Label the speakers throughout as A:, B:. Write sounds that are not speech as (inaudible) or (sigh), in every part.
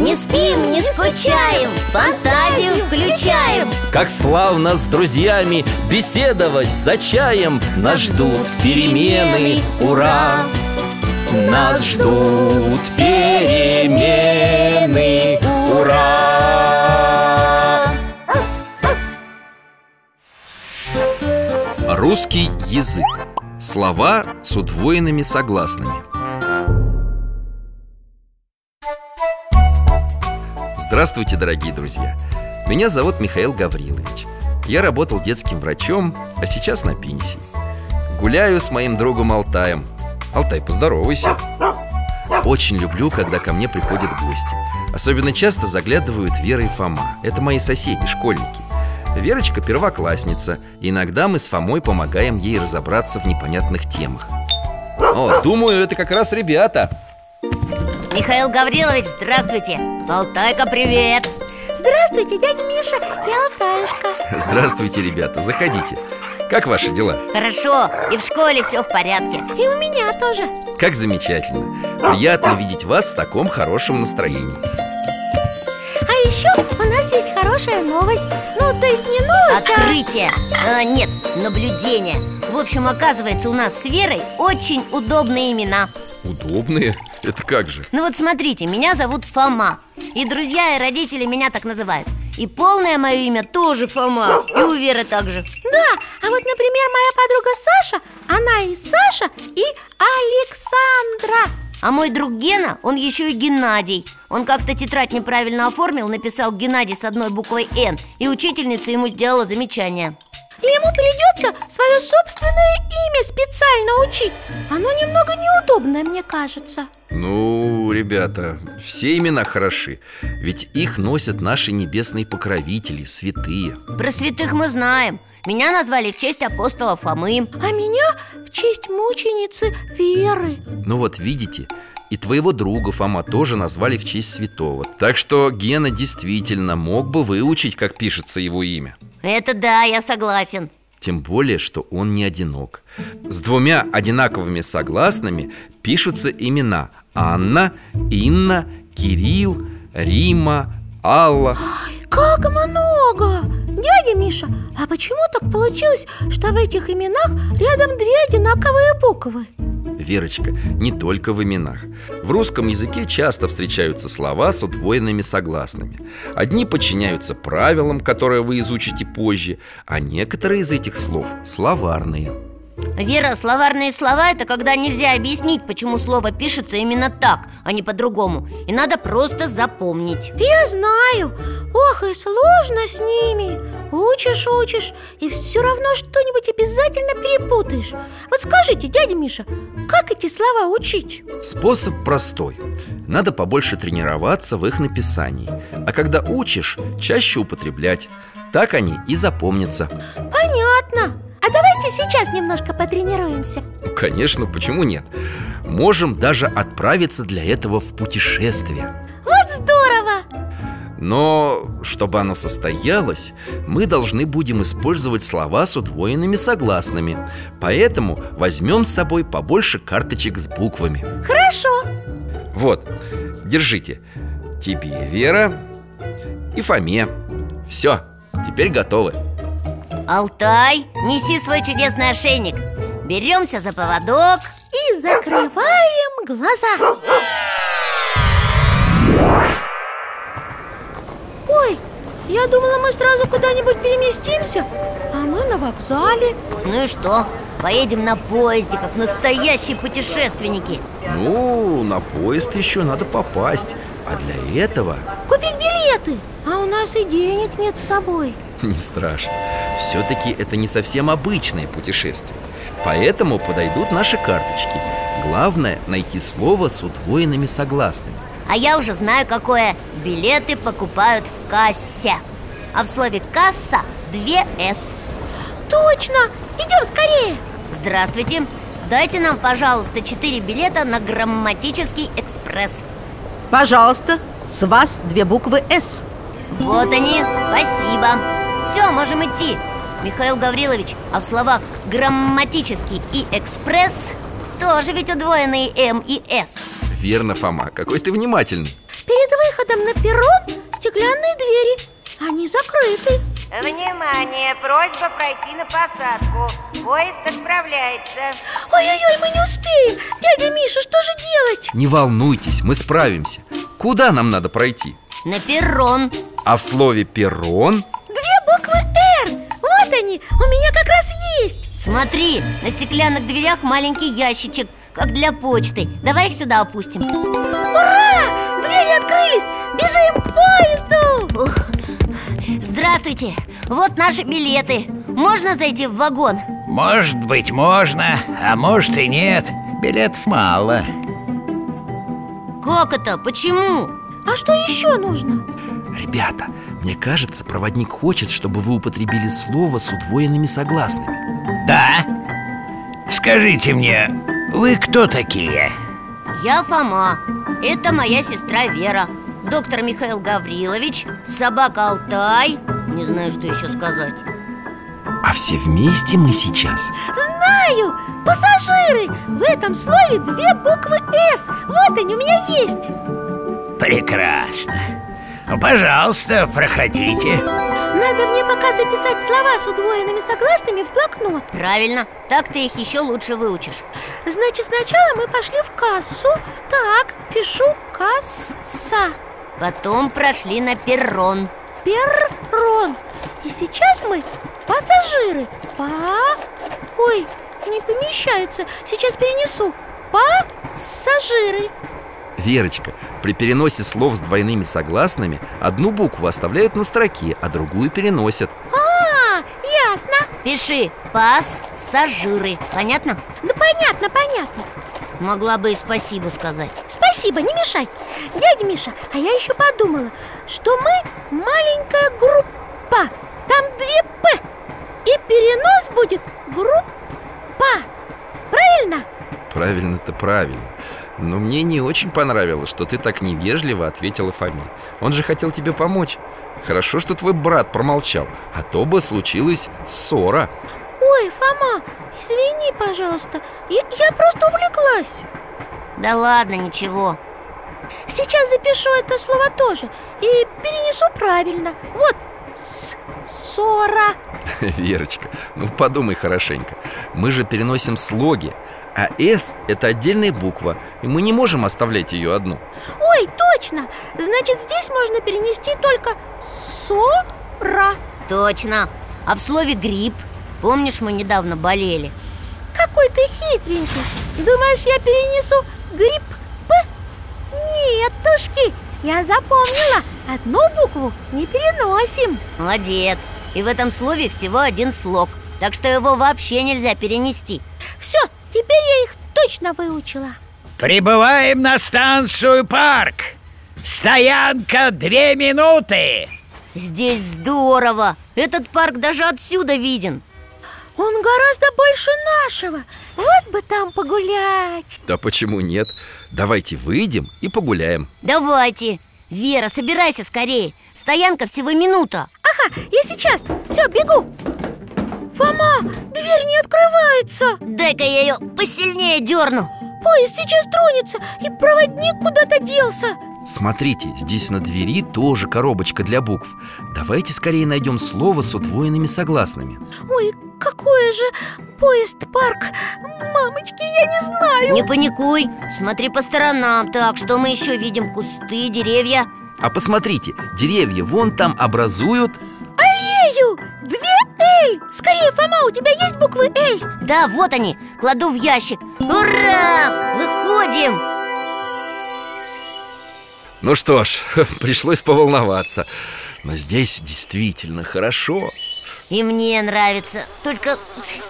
A: Не спим, не скучаем, фантазию включаем
B: Как славно с друзьями Беседовать за чаем Нас ждут перемены, ура! Нас ждут перемены, ура!
C: Русский язык. Слова с удвоенными согласными. Здравствуйте, дорогие друзья! Меня зовут Михаил Гаврилович. Я работал детским врачом, а сейчас на пенсии. Гуляю с моим другом Алтаем. Алтай, поздоровайся. Очень люблю, когда ко мне приходят гости. Особенно часто заглядывают Вера и Фома. Это мои соседи, школьники. Верочка первоклассница. Иногда мы с Фомой помогаем ей разобраться в непонятных темах. О, думаю, это как раз ребята.
A: Михаил Гаврилович, здравствуйте Болтайка, привет
D: Здравствуйте, дядя Миша и Алтаюшка
C: Здравствуйте, ребята, заходите. Как ваши дела?
A: Хорошо, и в школе все в порядке
D: И у меня тоже
C: Как замечательно. Приятно видеть вас в таком хорошем настроении.
D: А еще у нас есть хорошая новость Ну, то есть не новость, а-
A: Открытие! А, нет, наблюдение В общем, оказывается, у нас с Верой очень удобные имена
C: Удобные? Это как же?
A: Ну вот смотрите, меня зовут Фома И друзья и родители меня так называют И полное мое имя тоже Фома И у Веры также
D: Да, а вот, например, моя подруга Саша Она и Саша, и Александра
A: А мой друг Гена, он еще и Геннадий Он как-то тетрадь неправильно оформил Написал Геннадий с одной буквой «Н» И учительница ему сделала замечание
D: И ему придется свое собственное имя специально учить Оно немного неудобное, мне кажется
C: Ну, ребята, все имена хороши. Ведь их носят наши небесные покровители, святые.
A: Про святых мы знаем Меня назвали в честь апостола Фомы
D: А меня в честь мученицы Веры
C: Ну вот видите, и твоего друга Фома тоже назвали в честь святого Так что Гена действительно мог бы выучить, как пишется его имя
A: Это да, я согласен
C: Тем более, что он не одинок С двумя одинаковыми согласными пишутся имена Анна, Инна, Кирилл, Рима, Алла
D: Как много! Дядя Миша, а почему так получилось, что в этих именах рядом две одинаковые буквы?
C: Верочка, не только в именах. В русском языке часто встречаются слова с удвоенными согласными. Одни подчиняются правилам, которые вы изучите позже, а некоторые из этих слов словарные.
A: Вера, словарные слова – это когда нельзя объяснить, почему слово пишется именно так, а не по-другому И надо просто запомнить
D: Я знаю, ох и сложно с ними Учишь, учишь, и все равно что-нибудь обязательно перепутаешь Вот скажите, дядя Миша, как эти слова учить?
C: Способ простой. Надо побольше тренироваться в их написании. А когда учишь, чаще употреблять. Так они и запомнятся.
D: Понятно А давайте сейчас немножко потренируемся
C: Конечно, почему нет? Можем даже отправиться для этого в путешествие.
D: Вот здорово!
C: Но чтобы оно состоялось, мы должны будем использовать слова с удвоенными согласными. Поэтому возьмем с собой побольше карточек с буквами.
D: Хорошо,
C: Вот, держите. Тебе, Вера, и Фоме. Все, теперь готовы.
A: Алтай, неси свой чудесный ошейник Беремся за поводок
D: и закрываем глаза Ой, я думала, мы сразу куда-нибудь переместимся А мы на вокзале
A: Ну и что? Поедем на поезде, как настоящие путешественники
C: Ну, на поезд еще надо попасть. А для этого
D: Купить билеты А у нас и денег нет с собой
C: (laughs) не страшно. Все-таки это не совсем обычное путешествие. Поэтому подойдут наши карточки. Главное найти слово с удвоенными согласными.
A: А я уже знаю, какое Билеты покупают в кассе а в слове «касса» две «с»
D: Точно! Идем скорее!
A: Здравствуйте! Дайте нам, пожалуйста, четыре билета на грамматический экспресс
E: Пожалуйста, с вас две буквы «С».
A: Вот они, спасибо Все, можем идти Михаил Гаврилович, а в словах «грамматический» и «экспресс» тоже ведь удвоенные «м» и «с»
C: Верно, Фома, какой ты внимательный
D: Перед выходом на перрон стеклянные двери Они закрыты
F: Внимание! Просьба пройти на посадку. Поезд отправляется.
D: Ой-ой-ой, мы не успеем Дядя Миша, что же делать?
C: Не волнуйтесь, мы справимся Куда нам надо пройти?
A: На перрон
C: А в слове «перрон»
D: Две буквы «Р» Вот они, у меня как раз есть
A: Смотри, на стеклянных дверях маленький ящичек, как для почты Давай их сюда опустим
D: Ура! Двери открылись, бежим к поезду
A: Ух. Здравствуйте, вот наши билеты Можно зайти в вагон?
G: Может быть, можно, а может и нет. Билетов мало.
A: Как это? Почему?
D: А что еще нужно?
C: Ребята, мне кажется, проводник хочет, чтобы вы употребили слово с удвоенными согласными
G: Да? Скажите мне, вы кто такие?
A: Я Фома, это моя сестра Вера Доктор Михаил Гаврилович, собака Алтай Не знаю, что еще сказать
C: А все вместе мы сейчас
D: Знаю, пассажиры В этом слове две буквы «С» Вот они, у меня есть
G: Прекрасно. Ну, пожалуйста, проходите.
D: Надо мне пока записать слова с удвоенными согласными в блокнот
A: Правильно, так ты их еще лучше выучишь
D: Значит, сначала мы пошли в кассу Так, пишу касса
A: Потом прошли на перрон
D: Перрон И сейчас мы пассажиры Па... Ой, не помещается Сейчас перенесу Пассажиры
C: Верочка, при переносе слов с двойными согласными Одну букву оставляют на строке, а другую переносят
D: А, ясно
A: Пиши пассажиры, понятно?
D: Да понятно, понятно
A: Могла бы и спасибо сказать
D: Спасибо, не мешай Дядя Миша, а я еще подумала Что мы маленькая группа Там две «П» И перенос будет группа Правильно?
C: Правильно-то правильно но мне не очень понравилось, что ты так невежливо ответила Фоме Он же хотел тебе помочь Хорошо, что твой брат промолчал А то бы случилась ссора (laughs)
D: Ой, Фома, извини, пожалуйста Я, я просто увлеклась
A: Да ладно, ничего
D: Сейчас запишу это слово тоже И перенесу правильно Вот, с- ссора
C: Верочка, ну подумай хорошенько Мы же переносим слоги А «С» — это отдельная буква И мы не можем оставлять ее одну
D: Ой, точно! Значит, здесь можно перенести только ссора
A: Точно, а в слове грипп Помнишь, мы недавно болели?
D: Какой ты хитренький Думаешь, я перенесу грипп? П? Нет, тушки, я запомнила Одну букву не переносим
A: Молодец И в этом слове всего один слог Так что его вообще нельзя перенести
D: Все, теперь я их точно выучила
G: Прибываем на станцию парк. Стоянка две минуты.
A: Здесь здорово Этот парк даже отсюда виден
D: Он гораздо больше нашего Вот бы там погулять
C: Да почему нет? Давайте выйдем и погуляем
A: Давайте Вера, собирайся скорее Стоянка всего минута
D: Ага, А, я сейчас, все, бегу Фома, дверь не открывается
A: Дай-ка я ее посильнее дерну
D: Поезд сейчас тронется И проводник куда-то делся
C: Смотрите, здесь на двери тоже коробочка для букв Давайте скорее найдем слово с удвоенными согласными
D: Ой, какое же поезд-парк Мамочки, я не знаю
A: Не паникуй, смотри по сторонам Так, что мы еще видим? Кусты, деревья
C: А посмотрите, деревья вон там образуют
D: Аллею! Две «Л» Скорее, Фома, у тебя есть буквы «Л»?
A: Да, вот они, кладу в ящик Ура! Выходим!
C: Ну что ж, (laughs) пришлось поволноваться Но здесь действительно хорошо
A: И мне нравится, только... Фу,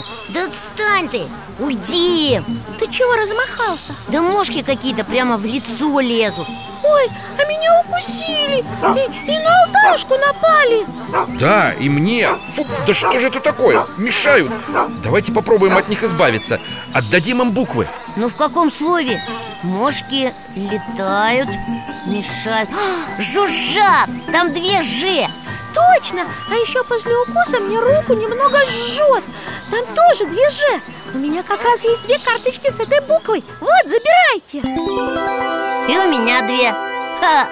A: Фу, да отстань ты, уйди
D: Ты чего размахался?
A: Да мошки какие-то прямо в лицо лезут
D: Ой, а меня укусили И, и на Алтаюшку напали
C: Да, и мне Фу, да что же это такое? Мешают Давайте попробуем от них избавиться Отдадим им буквы
A: Но Ну, в каком слове? Мошки летают, мешают А, Жужжат, там две «ж»
D: Точно, а еще после укуса мне руку немного жжет Там тоже две «Ж» У меня как раз есть две карточки с этой буквой Вот, забирайте
A: И у меня две Ха!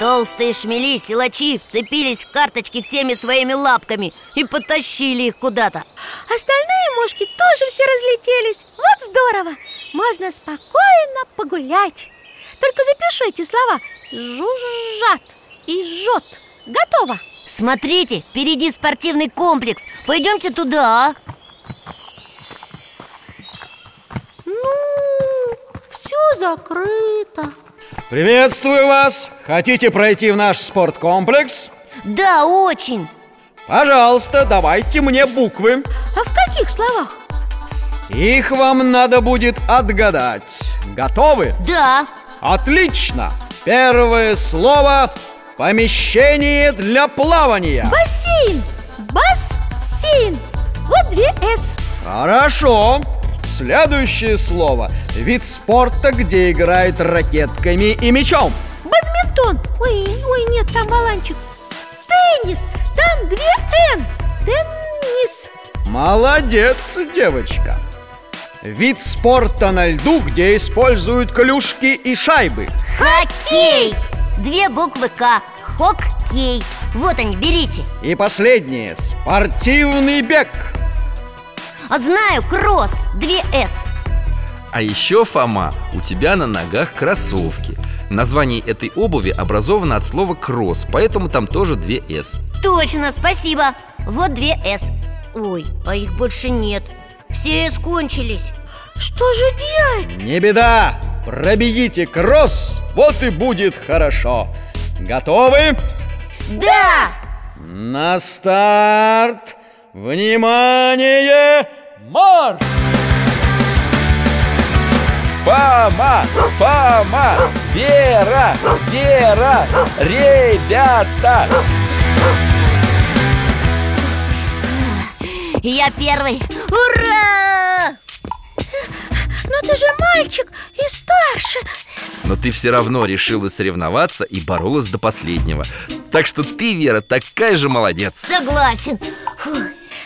A: Толстые шмели, силачи вцепились в карточки всеми своими лапками И потащили их куда-то
D: Остальные мушки тоже все разлетелись Вот здорово! Можно спокойно погулять Только запишу эти слова Жужжат и жжет Готово!
A: Смотрите, впереди спортивный комплекс Пойдемте туда а?
D: Ну, все закрыто
H: Приветствую вас! Хотите пройти в наш спорткомплекс?
A: Да, очень
H: Пожалуйста, давайте мне буквы
D: А в каких словах?
H: Их вам надо будет отгадать Готовы?
A: Да,
H: Отлично! Первое слово Помещение для плавания
D: Бассейн! Бассейн! Вот две «С»
H: Хорошо Следующее слово Вид спорта, где играет ракетками и мячом
D: Бадминтон! Ой, ой, нет, там валанчик Теннис! Там две «Н» Теннис
H: Молодец, девочка Вид спорта на льду, где используют клюшки и шайбы
A: Кей! Две буквы К. Хоккей. Вот они, берите.
H: И последнее, спортивный бег
A: А знаю, кросс. Две С.
C: А еще, Фома, у тебя на ногах кроссовки Название этой обуви образовано от слова «кросс», поэтому там тоже две «с»
A: Точно, спасибо. Вот две С. Ой, а их больше нет. Все С кончились.
D: Что же делать?
H: Не беда, пробегите кросс, вот и будет хорошо Готовы?
A: Да!
H: На старт! Внимание! Марш!
B: Фома, Фома, Вера, Вера, ребята
A: Я первый. Ура!
D: Но ты же мальчик и старше
C: Но ты все равно решила соревноваться и боролась до последнего Так что ты, Вера, такая же молодец
A: Согласен. Фух.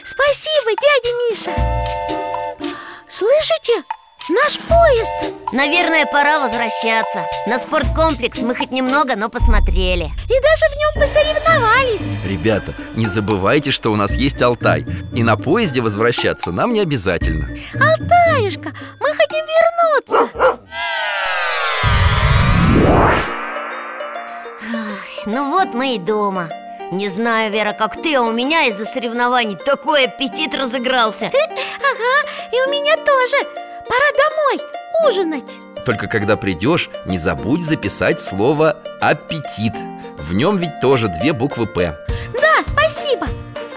D: Спасибо, дядя Миша Слышите? Наш поезд
A: Наверное, пора возвращаться. На спорткомплекс мы хоть немного, но посмотрели.
D: И даже в нем посоревновались
C: Ребята, не забывайте, что у нас есть Алтай И на поезде возвращаться нам не обязательно
D: Алтаюшка, мы хотим вернуться
A: Ну вот мы и дома. Не знаю, Вера, как ты, а у меня из-за соревнований такой аппетит разыгрался.
D: Ага, и у меня тоже Пора домой ужинать
C: Только когда придешь, не забудь записать слово «аппетит». В нем ведь тоже две буквы «п».
D: Да, спасибо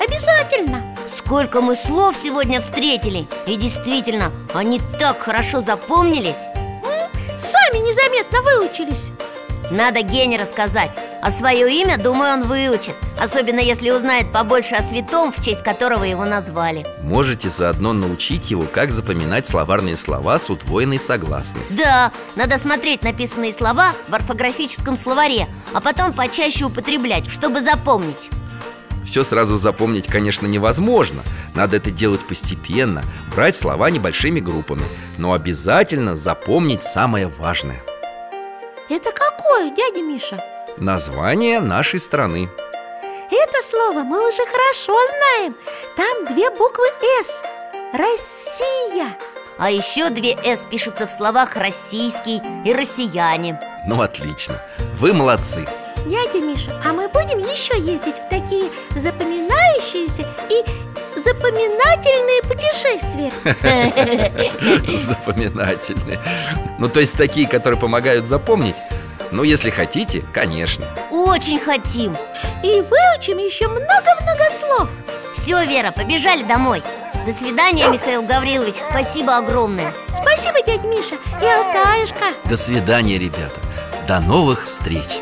D: Обязательно
A: Сколько мы слов сегодня встретили И действительно, они так хорошо запомнились
D: Сами незаметно выучились
A: Надо Гене рассказать А свое имя, думаю, он выучит Особенно если узнает побольше о святом, в честь которого его назвали
C: Можете заодно научить его, как запоминать словарные слова с удвоенной согласной.
A: Да, надо смотреть написанные слова в орфографическом словаре А потом почаще употреблять, чтобы запомнить
C: Все сразу запомнить, конечно, невозможно. Надо это делать постепенно, брать слова небольшими группами. Но обязательно запомнить самое важное.
D: Это какое, дядя Миша?
C: Название нашей страны.
D: Это слово мы уже хорошо знаем Там две буквы «С» Россия
A: А еще две «С» пишутся в словах «российский» и «россияне»
C: Ну, отлично. Вы молодцы.
D: Дядя Миша, а мы будем еще ездить в такие запоминающиеся и запоминательные путешествия
C: Запоминательные. Ну, то есть такие, которые помогают запомнить. Ну, если хотите, конечно.
A: Очень хотим
D: И выучим еще много-много слов
A: Все, Вера, побежали домой До свидания, Михаил Гаврилович, спасибо огромное
D: Спасибо, дядь Миша и Алтаюшка
I: До свидания, ребята. До новых встреч.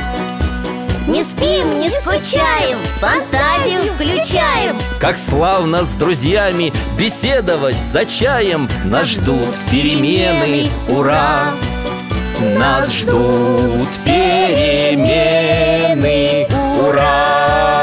A: Не спим, не скучаем, фантазию включаем
C: Как славно с друзьями Беседовать за чаем Нас ждут перемены, ура! Нас ждут перемены, ура!